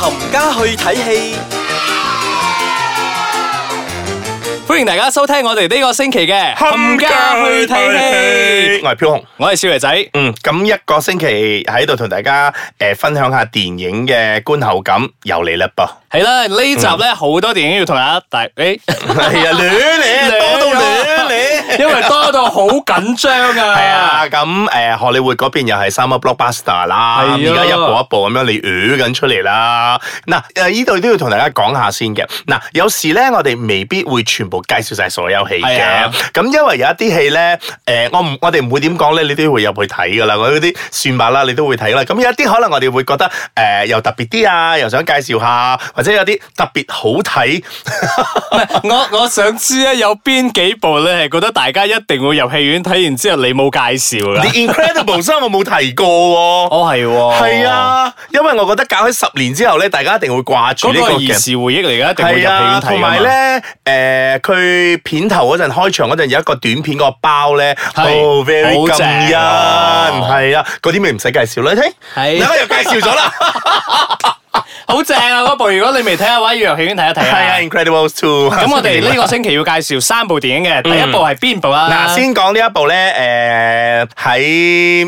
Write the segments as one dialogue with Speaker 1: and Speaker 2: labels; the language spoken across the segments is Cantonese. Speaker 1: 冚家去睇戲，
Speaker 2: 欢迎大家收听我哋呢个星期嘅冚家去睇戏，
Speaker 3: 我係飄紅。
Speaker 2: 我系少爷仔。
Speaker 3: 嗯，咁一個星期喺度同大家诶、呃分享下電影嘅觀後感，又嚟啦 噃。
Speaker 2: 系啦，呢集咧好多电影要同大家大诶，
Speaker 3: 係啊，亂你多到亂你。
Speaker 2: 因为多到好紧张 啊。
Speaker 3: 係啊，，咁诶荷里活嗰邊又係三個 blockbuster 啦，而
Speaker 2: 係啊
Speaker 3: 家一步一步咁樣你捋緊出嚟啦。嗱，诶呢度都要同大家講下先嘅。嗱，有時咧我哋未必會全部介紹晒所有戲
Speaker 2: 係啊
Speaker 3: 嘅，咁因為有一啲戲咧，诶我唔我哋唔會點講咧，你都會入去睇噶啦。我嗰啲算吧啦，你都會睇啦。咁有一啲可能我哋會覺得诶又特別啲啊，又想介紹下，或者有啲特別好睇。
Speaker 2: 啊我我想知咧有边几部咧系觉得大家一定会入戏院睇完之后你冇介绍噶
Speaker 3: The？Incredible 三我冇提 過喎。
Speaker 2: 哦系喎，
Speaker 3: 系，啊，因為我覺得搞咗十年之後咧，大家一定會掛住
Speaker 2: 嗰
Speaker 3: 呢個
Speaker 2: 個係兒
Speaker 3: 嘅。
Speaker 2: 時回憶嚟噶，一定會入戲
Speaker 3: 係
Speaker 2: 院
Speaker 3: 啊，
Speaker 2: 睇㗎
Speaker 3: 同
Speaker 2: 嘛
Speaker 3: 埋，咧，诶，佢片頭嗰陣開場嗰陣有一個短片個包咧，
Speaker 2: 係
Speaker 3: 哦，very
Speaker 2: 好正
Speaker 3: 感恩，
Speaker 2: 啊
Speaker 3: 係啊，嗰啲咪唔使介紹啦，你聽，
Speaker 2: 係
Speaker 3: 嗱我又介紹咗 啦，
Speaker 2: 好正啊！嗰部如果你未睇嘅話，要入戲院睇一睇
Speaker 3: 係啊
Speaker 2: 啊。
Speaker 3: ，Incredible Two。
Speaker 2: 咁我哋呢個星期要介紹三部電影嘅，第一部係邊部啊？
Speaker 3: 嗱，先講呢一部咧，诶，喺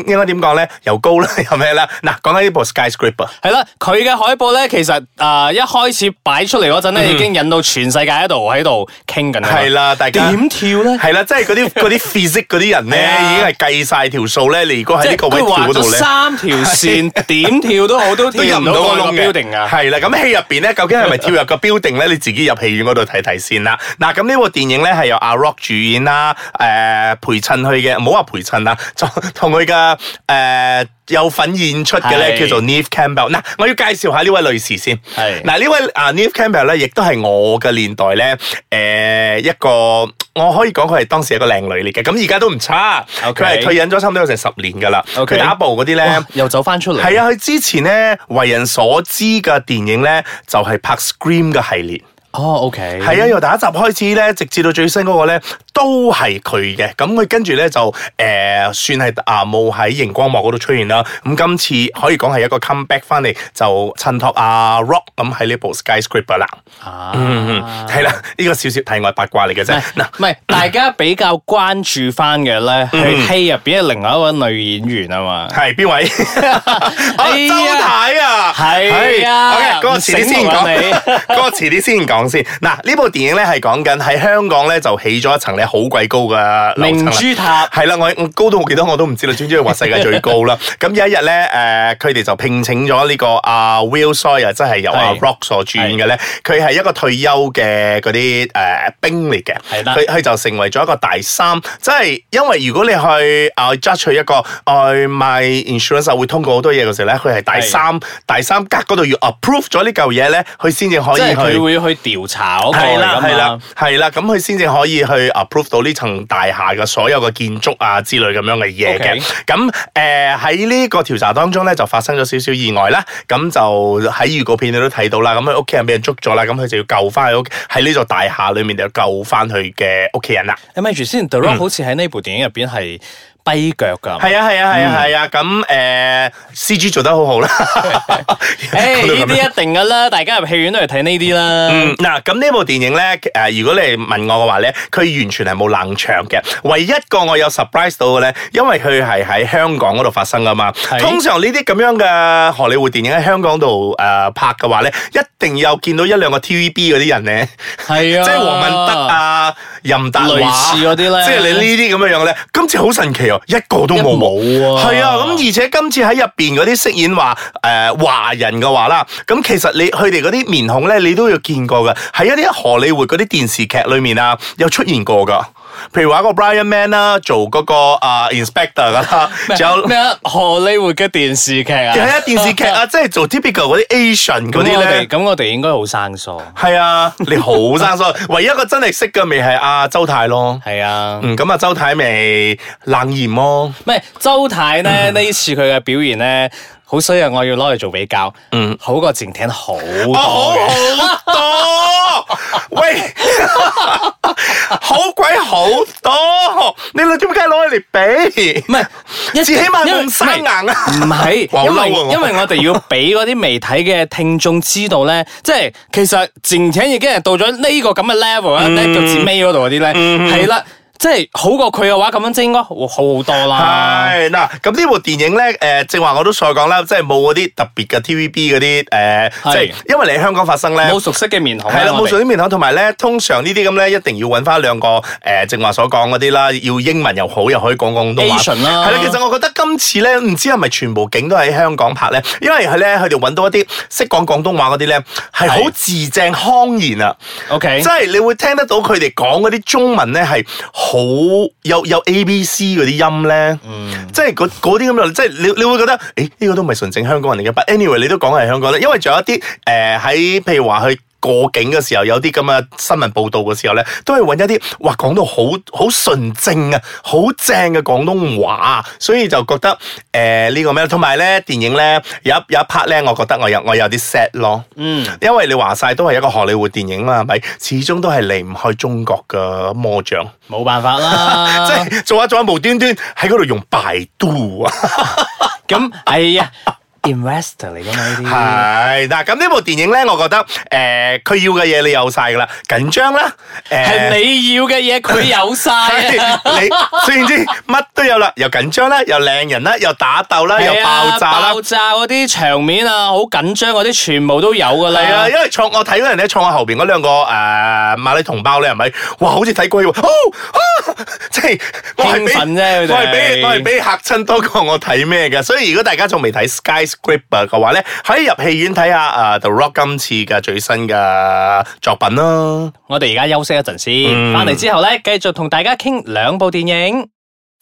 Speaker 3: 應該點講咧，又高啦， 又咩啦，嗱，講緊呢部 Skyscraper。
Speaker 2: 係啦，佢嘅海報咧，其實诶、呃一開始擺出嚟嗰陣咧，已經引到全世界喺度喺度傾緊啦。
Speaker 3: 係啦大家
Speaker 2: 點跳咧？
Speaker 3: 係啦，即係嗰啲嗰啲 physics 嗰啲人
Speaker 2: 係
Speaker 3: 咧，
Speaker 2: 啊
Speaker 3: 已經係計晒條數咧。你如果
Speaker 2: 即
Speaker 3: 喺呢
Speaker 2: 係
Speaker 3: 個位
Speaker 2: 佢
Speaker 3: 跳
Speaker 2: 畫
Speaker 3: 嗰
Speaker 2: 咗
Speaker 3: 度咧，
Speaker 2: 三條 線，點跳都好，都
Speaker 3: 都
Speaker 2: 跳
Speaker 3: 入
Speaker 2: 唔
Speaker 3: 唔
Speaker 2: 到
Speaker 3: 到
Speaker 2: 嗰
Speaker 3: 個
Speaker 2: 個
Speaker 3: 窿嘅。
Speaker 2: building 啊！
Speaker 3: 係啦，咁戲入邊咧，究竟係咪跳入個 building 咧？你自己入戲院嗰度睇睇先啦。嗱，咁呢部電影咧係由阿 Rock 主演啦，誒、陪襯佢嘅，唔好話陪襯啦， 就同佢嘅誒有份演出嘅咧
Speaker 2: 係
Speaker 3: 叫做 Neve Campbell。嗱，我要介紹下呢位女士先。
Speaker 2: 係
Speaker 3: 嗱，呢位啊 Neve Campbell 咧，亦都係我嘅年代咧，誒、一個。我可以講佢係當時一個靚女嚟嘅，咁而家都唔差。佢
Speaker 2: OK
Speaker 3: 係退隱咗差唔多有成十年㗎啦。佢
Speaker 2: OK
Speaker 3: 打部嗰啲咧
Speaker 2: 哇，又走翻出嚟。
Speaker 3: 係啊，佢之前咧為人所知嘅電影咧，就係、拍 Scream 嘅系列。
Speaker 2: 哦，OK。
Speaker 3: 係啊，由第一集開始咧，直至到最新嗰個咧，都係佢嘅。咁佢跟住咧就誒、呃算係啊冇喺熒光幕嗰度出現啦。咁今次可以講係一個 comeback 翻嚟，就襯托阿 Rock 咁喺呢部 Skyscraper 啦。
Speaker 2: 啊。
Speaker 3: 嗯，係啦，呢、個少少題外八卦嚟嘅啫。嗱。
Speaker 2: 唔係，大家比較關注翻嘅咧，喺戲入邊嘅另外一位女演員啊嘛。
Speaker 3: 係邊位？哦，
Speaker 2: 哎呀
Speaker 3: 周太啊，
Speaker 2: 係啊
Speaker 3: 係 OK，嗰個遲啲先
Speaker 2: 醒目 啊你
Speaker 3: 講，嗰個遲啲先講先。嗱，呢部電影咧係講緊喺香港咧就起咗一層咧好鬼高嘅樓層
Speaker 2: 明
Speaker 3: 啦。
Speaker 2: 珠塔
Speaker 3: 係啦，我我高到幾多我都唔知啦，總之佢話世界最高 啦。咁有一日咧，誒佢哋就聘請咗呢個阿 Will Sawyer，即係由阿
Speaker 2: 係
Speaker 3: Rock 所主演嘅咧，佢係一個退休嘅嗰啲誒兵嚟嘅，
Speaker 2: 係啦
Speaker 3: 佢佢就成為咗一個第三，即係因為如果你去啊 judge 佢一個外賣 insurance 啊會通過好多嘢嘅時候咧，佢係第三第三格嗰度要 approve 咗呢嚿嘢咧，佢先至可
Speaker 2: 即係
Speaker 3: 以去
Speaker 2: 佢。會去調查嗰個
Speaker 3: 係
Speaker 2: 嚟
Speaker 3: 啦，
Speaker 2: 㗎
Speaker 3: 係啦
Speaker 2: 嘛。，
Speaker 3: 係啦，咁佢先至可以去 approve 到呢層大廈嘅所有嘅建築啊之類咁樣嘅嘢
Speaker 2: OK
Speaker 3: 嘅。咁誒喺呢個調查當中咧，就發生咗少少意外啦。咁就喺預告片你都睇到啦。咁佢屋企人俾人捉咗啦，咁佢就要救翻佢屋喺呢座大廈裏面就救翻佢嘅屋企人啦。
Speaker 2: 你咪住先，The Rock 好似喺呢部電影入邊係跛腳㗎。
Speaker 3: 嗯係啊，係啊，
Speaker 2: 嗯
Speaker 3: 係啊，係啊。咁誒 C G 做得好好 啦。
Speaker 2: 誒
Speaker 3: 講
Speaker 2: 哎呢
Speaker 3: 到咁樣
Speaker 2: 啲一定㗎啦，大家入戲院都係睇呢啲啦。
Speaker 3: 嗯，嗱，咁呢部電影咧，誒、如果你問我嘅話咧，佢完全係冇冷場嘅。唯一一個我有 surprise 到嘅咧，因為佢係喺香港嗰度發生噶嘛。通常呢啲咁樣嘅荷里活電影喺香港度誒、呃拍嘅話咧，一定有見到一兩個 TVB 嗰啲人咧，
Speaker 2: 係啊，
Speaker 3: 即係黃敏德。啊、任達華，
Speaker 2: 類似嗰啲咧
Speaker 3: 即係你呢啲咁樣樣咧，今次好神奇哦，一個都冇喎。
Speaker 2: 冇啊
Speaker 3: 係啊，咁而且今次喺入邊嗰啲飾演話誒華人嘅話啦，咁其實你佢哋嗰啲面孔咧，你都有見過嘅，喺一啲荷里活嗰啲電視劇裏面啊，有出現過噶。譬如話個 Brian Man 啦，做嗰、個啊、Inspector 噶啦，仲有
Speaker 2: 咩啊？荷里活嘅電視劇啊
Speaker 3: 係。啊電視劇 啊，即係做 typical 嗰啲 Asian 嗰啲
Speaker 2: 咁我哋
Speaker 3: 咧。
Speaker 2: 咁我哋應該好生疏。
Speaker 3: 係啊，你好 生疏，唯一一個真係識嘅咪係阿周太咯。
Speaker 2: 係啊。
Speaker 3: 嗯，咁啊，周太咪冷豔咯，嗯
Speaker 2: 唔係周太咧呢次佢嘅表現咧，好衰啊！我要攞嚟做比較，
Speaker 3: 嗯
Speaker 2: 好過前艇好多
Speaker 3: 哦，好
Speaker 2: 嘅。
Speaker 3: 好多，喂，好鬼好多，你攞點解攞嚟比？
Speaker 2: 唔係，一
Speaker 3: 至起碼
Speaker 2: 因為
Speaker 3: 唔生硬啊
Speaker 2: 唔係，
Speaker 3: 哇好
Speaker 2: 因
Speaker 3: 嬲啊
Speaker 2: 為
Speaker 3: 我
Speaker 2: 因為我哋要俾嗰啲未睇嘅聽眾知道咧，即係其實前艇已經係到咗呢個咁嘅 level 啊
Speaker 3: 嗯
Speaker 2: 啦，咧腳趾尾嗰度嗰啲咧，係啦，即係好過佢嘅話，咁樣即係應該好好多啦。
Speaker 3: 係嗱，咁呢部電影咧，誒、正話我都再講啦，即係冇嗰啲特別嘅 TVB 嗰啲誒，即係因為你喺香港發生咧。
Speaker 2: 冇熟悉嘅面孔，啊
Speaker 3: 係啦，
Speaker 2: 我
Speaker 3: 冇
Speaker 2: 哋
Speaker 3: 上啲面口，同埋咧，通常呢啲咁咧，一定要揾翻兩個誒、正話所講嗰啲啦，要英文又好，又可以講廣東話。
Speaker 2: Asian 啦
Speaker 3: 係啦，其實我覺得今次咧，唔知係咪全部景都喺香港拍咧，因為佢咧，佢哋揾到一啲識講廣東話嗰啲咧，係好
Speaker 2: 係
Speaker 3: 字正腔言啊！
Speaker 2: OK
Speaker 3: 即。係你會聽得到佢哋講嗰啲中文咧係好有有 A B C 嗰啲音咧，即係嗰嗰啲咁樣，即係你你會覺得，誒呢、個都唔係純正香港人嚟嘅，but anyway 你都講係香港啦，因為仲有一啲誒喺譬如話去。過境嘅時候有啲咁嘅新聞報道嘅時候咧，都係揾一啲哇講到好好純正啊，好正嘅廣東話啊，所以就覺得誒呢、個咩，同埋咧電影咧有一有一 part 咧，我覺得我有我有啲 sad 咯，
Speaker 2: 嗯，
Speaker 3: 因為你話晒都係一個荷里活電影啦，係咪？始終都係離唔開中國嘅魔掌，
Speaker 2: 冇辦法啦，
Speaker 3: 即係做下做下無端端喺嗰度用百度啊！
Speaker 2: 咁，哎呀，investor 嚟噶嘛呢
Speaker 3: 係嗱，咁呢部電影咧，我覺得诶，佢、要嘅嘢你有晒噶啦，緊張啦，呃
Speaker 2: 啲係
Speaker 3: 诶、
Speaker 2: 你要嘅嘢，佢有晒 啊。
Speaker 3: 你雖然之乜都有啦，又緊張啦，又靚人啦，又打鬥啦，又
Speaker 2: 係啊
Speaker 3: 爆炸啦
Speaker 2: 爆。炸嗰啲場面啊，好緊張嗰啲，全部都有噶啦。
Speaker 3: 係啊，因為坐我睇嗰人咧，坐我後邊嗰兩個誒、呃、馬里同胞咧，係咪？哇，好似睇鬼喎！哦，啊即係我係俾
Speaker 2: 興奮啫佢哋
Speaker 3: 我係俾我係俾嚇親多過我睇咩嘅。所以如果大家仲未睇 Skyscraper 嘅話咧，可以入戲院睇下誒、呃 à, The Rock 今次嘅最新嘅作品啦。
Speaker 2: 我哋而家休息一陣
Speaker 3: 嗯
Speaker 2: 先，翻嚟之後咧，繼續同大家傾兩部電影。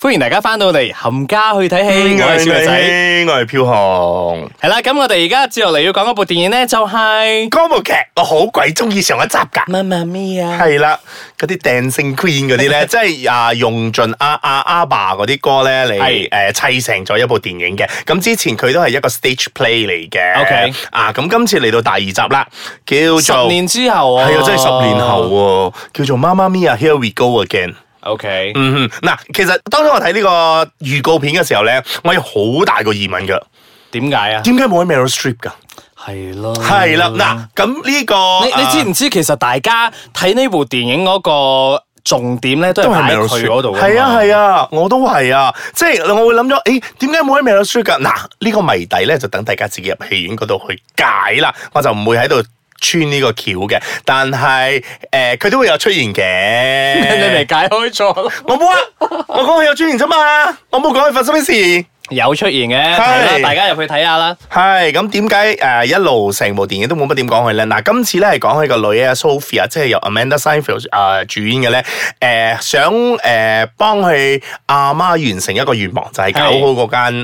Speaker 2: 歡迎大家翻到嚟冚家去睇戲，我係小肥仔。
Speaker 3: 嗯我係飄紅。
Speaker 2: 係啦，咁我哋而家接落嚟要講嗰部電影咧，就係《
Speaker 3: 歌舞劇我好鬼中意上一集㗎。
Speaker 2: 媽媽咪呀》。
Speaker 3: 係啦，嗰啲 Dancing Queen 嗰 啲咧，即係啊用盡阿阿阿爸嗰啲歌咧嚟
Speaker 2: 係
Speaker 3: 誒砌成咗一部電影嘅。咁之前佢都係一個 stage play 嚟嘅。
Speaker 2: OK
Speaker 3: 啊，咁今次嚟到第二集啦，叫
Speaker 2: 十
Speaker 3: 做
Speaker 2: 年之後啊，
Speaker 3: 係啊，真係十年後。喎、叫做《Mamma Mia Here We Go Again》。
Speaker 2: OK，
Speaker 3: 嗯哼，嗱，其實當初我睇呢個預告片嘅時候咧，我有好大個疑問㗎，
Speaker 2: 點解啊？
Speaker 3: 點解冇喺 Meryl Streep 㗎？
Speaker 2: 係咯，
Speaker 3: 係啦，嗱，咁呢個
Speaker 2: 你你
Speaker 3: 啊
Speaker 2: 知唔知其實大家睇呢部電影嗰個重點咧，都係擺喺佢嗰度㗎嘛。
Speaker 3: 係啊係啊，我都係啊，即係我會諗咗，誒點解冇喺 Meryl Streep 㗎？嗱，呢個謎底咧就等大家自己入戲院嗰度去解啦，我就唔會喺度。穿呢個橋嘅，但係誒佢都會有出現 嘅。
Speaker 2: 你咪解開咗咯。
Speaker 3: 我冇啊，我講佢有出現啫嘛，我冇講佢發生咩事。
Speaker 2: 有出現嘅，係
Speaker 3: 係
Speaker 2: 啦，大家入去睇下啦。
Speaker 3: 係咁點解誒一路成部電影都冇乜點講佢咧？嗱，今次咧係講佢個女啊 Sophia，即係由 Amanda Seyfried 誒、主演嘅咧，誒、想誒、幫佢阿媽完成一個願望，就係、搞好嗰間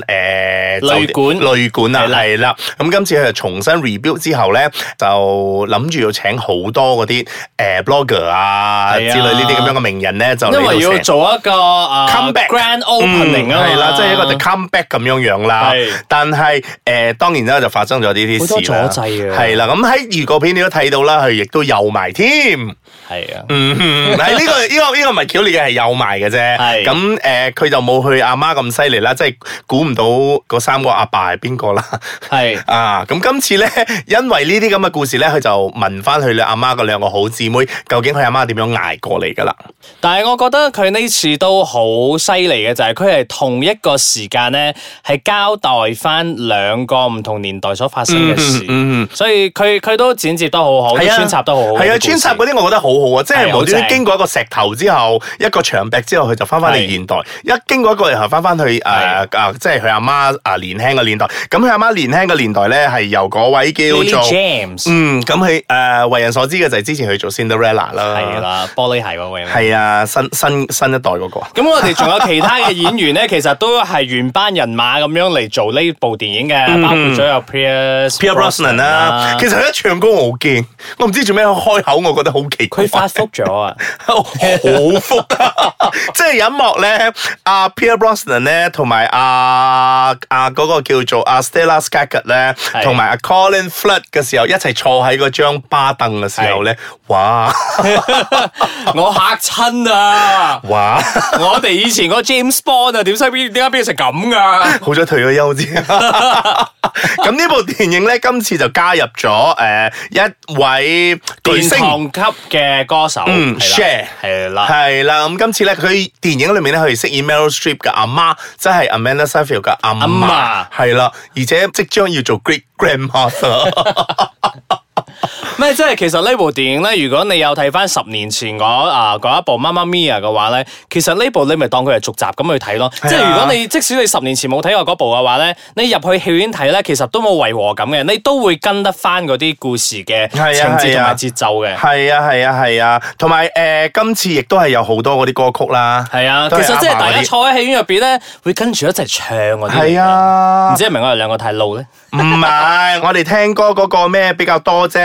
Speaker 3: 誒
Speaker 2: 旅館
Speaker 3: 酒店旅館啊，
Speaker 2: 係啦
Speaker 3: 係啦。咁今次佢就重新 rebuild 之後咧，就諗住要請好多嗰啲誒 blogger 啊之
Speaker 2: 係啊
Speaker 3: 類呢啲咁樣嘅名人咧，就嚟
Speaker 2: 因
Speaker 3: 到
Speaker 2: 為要
Speaker 3: 成
Speaker 2: 做一個啊
Speaker 3: Comeback 嗯
Speaker 2: grand opening 啊嘛，
Speaker 3: 係啦，即係一個 the comeback 咁樣樣啦
Speaker 2: 係。啊
Speaker 3: 但係誒、呃，當然啦，就發生咗呢
Speaker 2: 好多
Speaker 3: 啲事
Speaker 2: 阻
Speaker 3: 啦。
Speaker 2: 滯啊
Speaker 3: 係啦，咁喺預告片你都睇到啦，佢亦都有埋添。
Speaker 2: 係啊，
Speaker 3: 嗯，係呢、個呢、個呢、個唔係巧你嘅，係有埋嘅啫。
Speaker 2: 係
Speaker 3: 咁誒，呃佢、就冇佢阿媽咁犀利啦，即係估唔到嗰三個阿爸係邊個啦。
Speaker 2: 係
Speaker 3: 啊，咁今次咧，因為呢啲咁嘅故事咧，佢就問翻佢阿媽嗰兩個好姊妹，究竟佢阿媽點樣捱過嚟㗎啦？
Speaker 2: 但係我覺得佢呢次都好犀利嘅，就係佢係同一個時間咧，係交代翻兩個唔同年代所發生嘅事，
Speaker 3: 嗯嗯
Speaker 2: 所以佢佢都剪接得好好，
Speaker 3: 係啊
Speaker 2: 穿插得好好，
Speaker 3: 係啊，穿插嗰啲我覺得好好啊，即
Speaker 2: 係
Speaker 3: 係
Speaker 2: 好
Speaker 3: 無端端
Speaker 2: 正
Speaker 3: 經過一個石頭之後，一個牆壁之後，佢就翻翻嚟
Speaker 2: 係
Speaker 3: 現代。一經過一個，然後翻翻去誒誒，即係佢阿媽啊年輕嘅年代。咁佢阿媽年輕嘅年代咧，係由嗰位
Speaker 2: 故事
Speaker 3: 叫
Speaker 2: Lily
Speaker 3: 做
Speaker 2: James
Speaker 3: 嗯，咁佢誒為人所知嘅就係之前佢做 Cinderella 啦，
Speaker 2: 係，啦，玻璃鞋嗰位。
Speaker 3: 係啊，新新新一代嗰個。
Speaker 2: 咁我哋仲有其他嘅演員咧，其實都係原班人馬咁樣嚟做呢部電影嘅，包括咗有 Pierce
Speaker 3: Pierce Brosnan 啦，其實佢一唱歌我好驚，我唔知做咩開口，我覺得好奇怪。
Speaker 2: 佢發福咗啊！
Speaker 3: 好福啊！ 即係有一幕咧，阿 Pierce Brosnan 咧，同埋阿阿嗰個叫做阿 Stella Skarsgård 咧，
Speaker 2: 係
Speaker 3: 同埋阿 Colin Firth 嘅時候，一齊坐喺嗰張巴凳嘅時候咧，哇
Speaker 2: 我嚇親啊！
Speaker 3: 哇！
Speaker 2: 我哋以前嗰個 James Bond 啊，點解變點解變成咁噶？
Speaker 3: 好彩退咗休啫。咁呢部電影咧，今次就加入咗誒、呃一位巨
Speaker 2: 殿
Speaker 3: 星。
Speaker 2: 堂級嘅歌手，
Speaker 3: 嗯
Speaker 2: 係
Speaker 3: Cher
Speaker 2: 啦係啦，
Speaker 3: 係啦，咁今次咧，佢電影裏面咧，佢係飾演 Meryl Streep 嘅阿媽，即係 Amanda Seyfried 嘅阿媽
Speaker 2: 阿，
Speaker 3: 係啦，而且即將要做 Great Grandmother，
Speaker 2: 咩即係其實呢部電影咧，如果你有睇翻十年前嗰啊嗰一部《媽媽咪呀》嘅話咧，其實呢部你咪當佢係續集咁去睇咯。
Speaker 3: 啊
Speaker 2: 即係如果你即使你十年前冇睇過嗰部嘅話咧，你入去戲院睇咧，其實都冇違和感嘅，你都會跟得翻嗰啲故事嘅情
Speaker 3: 係啊
Speaker 2: 節
Speaker 3: 係
Speaker 2: 同
Speaker 3: 啊
Speaker 2: 埋節奏嘅。
Speaker 3: 係啊係啊係啊，同埋誒今次亦都係有好多嗰啲歌曲啦，
Speaker 2: 係啊，其
Speaker 3: 都係
Speaker 2: 實即係
Speaker 3: 阿嫲嗰啲
Speaker 2: 大家坐喺戲院入邊咧，會跟住一齊唱嗰啲嚟嘅。
Speaker 3: 係啊
Speaker 2: 唔知係咪我哋兩個太老 咧？
Speaker 3: 唔係，我哋聽歌嗰個咩比較多啫，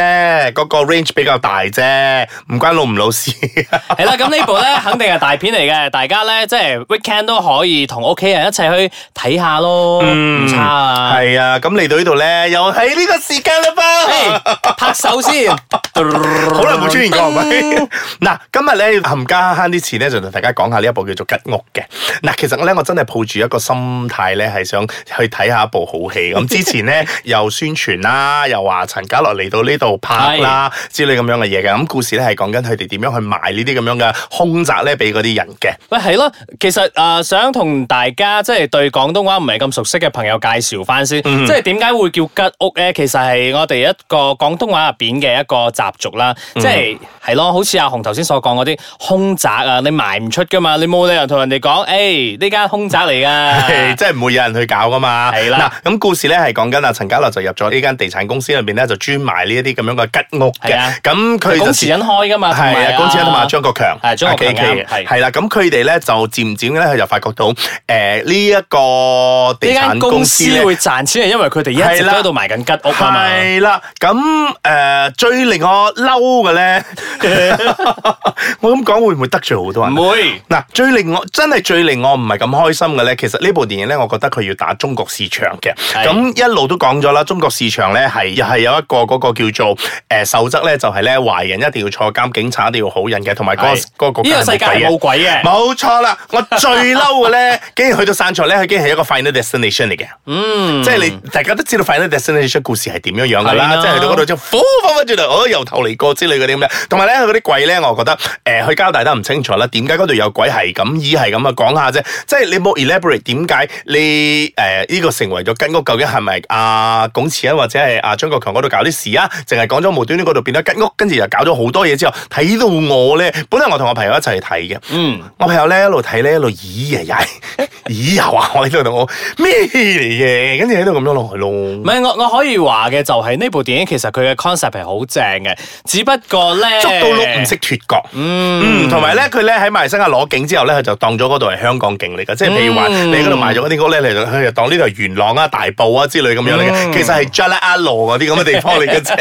Speaker 3: 嗰個 range 比較大啫，唔關老唔老事。
Speaker 2: 係啦，咁呢部咧肯定係大片嚟嘅， 大家咧即係 weekend 都可以同屋企人一齊去睇下咯，唔、
Speaker 3: 嗯
Speaker 2: 差啊。
Speaker 3: 係啊，咁嚟到呢度咧，又係呢個時間啦噃。
Speaker 2: 係拍手先，
Speaker 3: 好
Speaker 2: 好
Speaker 3: 耐冇出現過係
Speaker 2: 嗯
Speaker 3: 咪？ 嗱，今日咧冚家慳啲錢咧，就同大家講下呢一部叫做《吉屋》嘅。嗱，其實咧我真係抱住一個心態咧，係想去睇下一部好 戲。咁之前咧又宣傳啦，又話陳家樂嚟到呢度拍啦之類咁樣嘅嘢嘅。咁故事咧係講緊佢哋點樣去賣呢啲咁樣嘅空宅咧俾嗰啲人嘅。
Speaker 2: 喂，係咯，其實啊、呃想同大家即係對廣東話唔係咁熟悉嘅朋友介紹翻先，即係點解會叫吉屋咧？其實係我哋一個廣東話入邊嘅一個習俗啦，即係係咯，好似阿紅頭先所講嗰啲空宅啊，你賣唔出噶嘛，你冇理由同人哋講，誒呢間空宅嚟
Speaker 3: 係
Speaker 2: 噶。
Speaker 3: 真係唔會有人去搞噶嘛。
Speaker 2: 啊係啦
Speaker 3: 嗱，咁故事咧係講緊啊，陳家樂就入咗呢間地產公司裏邊咧，就專賣呢一啲咁樣嘅吉屋
Speaker 2: 係啊
Speaker 3: 嘅。咁佢就
Speaker 2: 公持人開噶嘛，
Speaker 3: 係啊，公子欣同埋張國強，
Speaker 2: 係張國強
Speaker 3: KK
Speaker 2: 啱係
Speaker 3: 係啦，咁佢哋咧就漸漸咧，佢就發覺到誒呢一
Speaker 2: 呢
Speaker 3: 個地產
Speaker 2: 間
Speaker 3: 公
Speaker 2: 公
Speaker 3: 司
Speaker 2: 司
Speaker 3: 咧。
Speaker 2: 會賺錢係因為佢哋一直
Speaker 3: 係啦
Speaker 2: 都喺度賣緊吉屋啊嘛。
Speaker 3: 係啦，咁誒、呃最令我嬲嘅 咧， 我咁講會唔會得罪好多人？
Speaker 2: 唔會
Speaker 3: 嗱，最令我真係最令我唔係咁開心嘅咧，其實呢部電影咧，我覺得佢要打中國市場嘅。
Speaker 2: 係
Speaker 3: 咁一路都講咗啦，中國市場咧係係有一個嗰個叫做誒、呃、守則咧，就係咧壞人一定要坐監，警察一定要好人嘅，同埋嗰
Speaker 2: 係
Speaker 3: 個嗰個國
Speaker 2: 呢
Speaker 3: 家
Speaker 2: 個世界係
Speaker 3: 冇
Speaker 2: 冇
Speaker 3: 鬼
Speaker 2: 鬼嘅。
Speaker 3: 嘅。冇錯啦！我最嬲嘅咧， 竟然去到散場咧，佢竟然係一個 final destination 嚟嘅，嗯，即係你大家都知道 final destination 故事係點樣樣噶啦，
Speaker 2: 係啦
Speaker 3: 即係去到嗰度之後，呼翻翻轉頭，哦，由頭嚟過之類嗰啲咁樣，同埋咧佢嗰啲鬼咧，我覺得誒佢交代得唔清楚啦，點解嗰度有鬼係咁，咦係咁啊，講下啫，即係你冇 elaborate 點解你誒呢個成為咗吉屋，究竟係咪阿龔慈恩或者係阿張國強嗰度搞啲事啊？淨係講咗無端端嗰度變咗吉屋，跟住又搞咗好多嘢之後，睇到我咧，本來我同我朋友一齊去睇嘅，
Speaker 2: 嗯，
Speaker 3: 我朋友咧一路睇咧一路咦呀呀，咦又話我喺度同我咩嚟嘅，跟住喺度咁樣落去
Speaker 2: 唔
Speaker 3: 咯。
Speaker 2: 係我我可以話嘅就係呢部電影其實佢嘅 concept 係好正嘅，只不過咧
Speaker 3: 捉到鹿唔識脱角，嗯，同埋咧佢咧喺馬來西亞攞景之後咧，佢就當咗嗰度係香港景嚟㗎，即係譬如話
Speaker 2: 嗯
Speaker 3: 你嗰度賣咗嗰啲屋咧，你就佢就當呢度係元朗啊、大埔啊之類咁樣嚟
Speaker 2: 嗯
Speaker 3: 嘅，其實係 j a l a a l o 嗰啲咁嘅地方嚟嘅啫。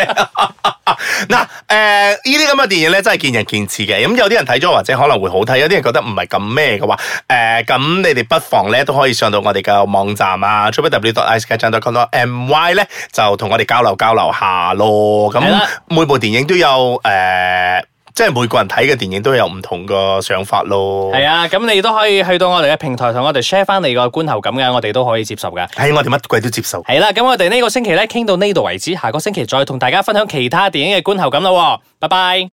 Speaker 3: 嗱，誒呢啲咁嘅電影咧，真係見仁見智嘅。咁有啲人睇咗或者可能會好睇，有啲人覺得唔係咁咩嘅話，誒咁你哋不妨咧都可以上到我哋嘅網站啊 w w w i c e c a n c o m y 咧就同我哋交流交流下咯。咁
Speaker 2: 係啦
Speaker 3: 每部電影都有誒、呃即係每個人睇嘅電影都有唔同嘅想法咯。
Speaker 2: 係啊，咁你都可以去到我哋嘅平台同我哋 share 翻你個觀後感嘅，我哋都可以接受噶。
Speaker 3: 係我哋乜鬼都接受。
Speaker 2: 係啦，咁我哋呢個星期咧傾到呢度為止，下個星期再同大家分享其他電影嘅觀後感啦喎，拜拜。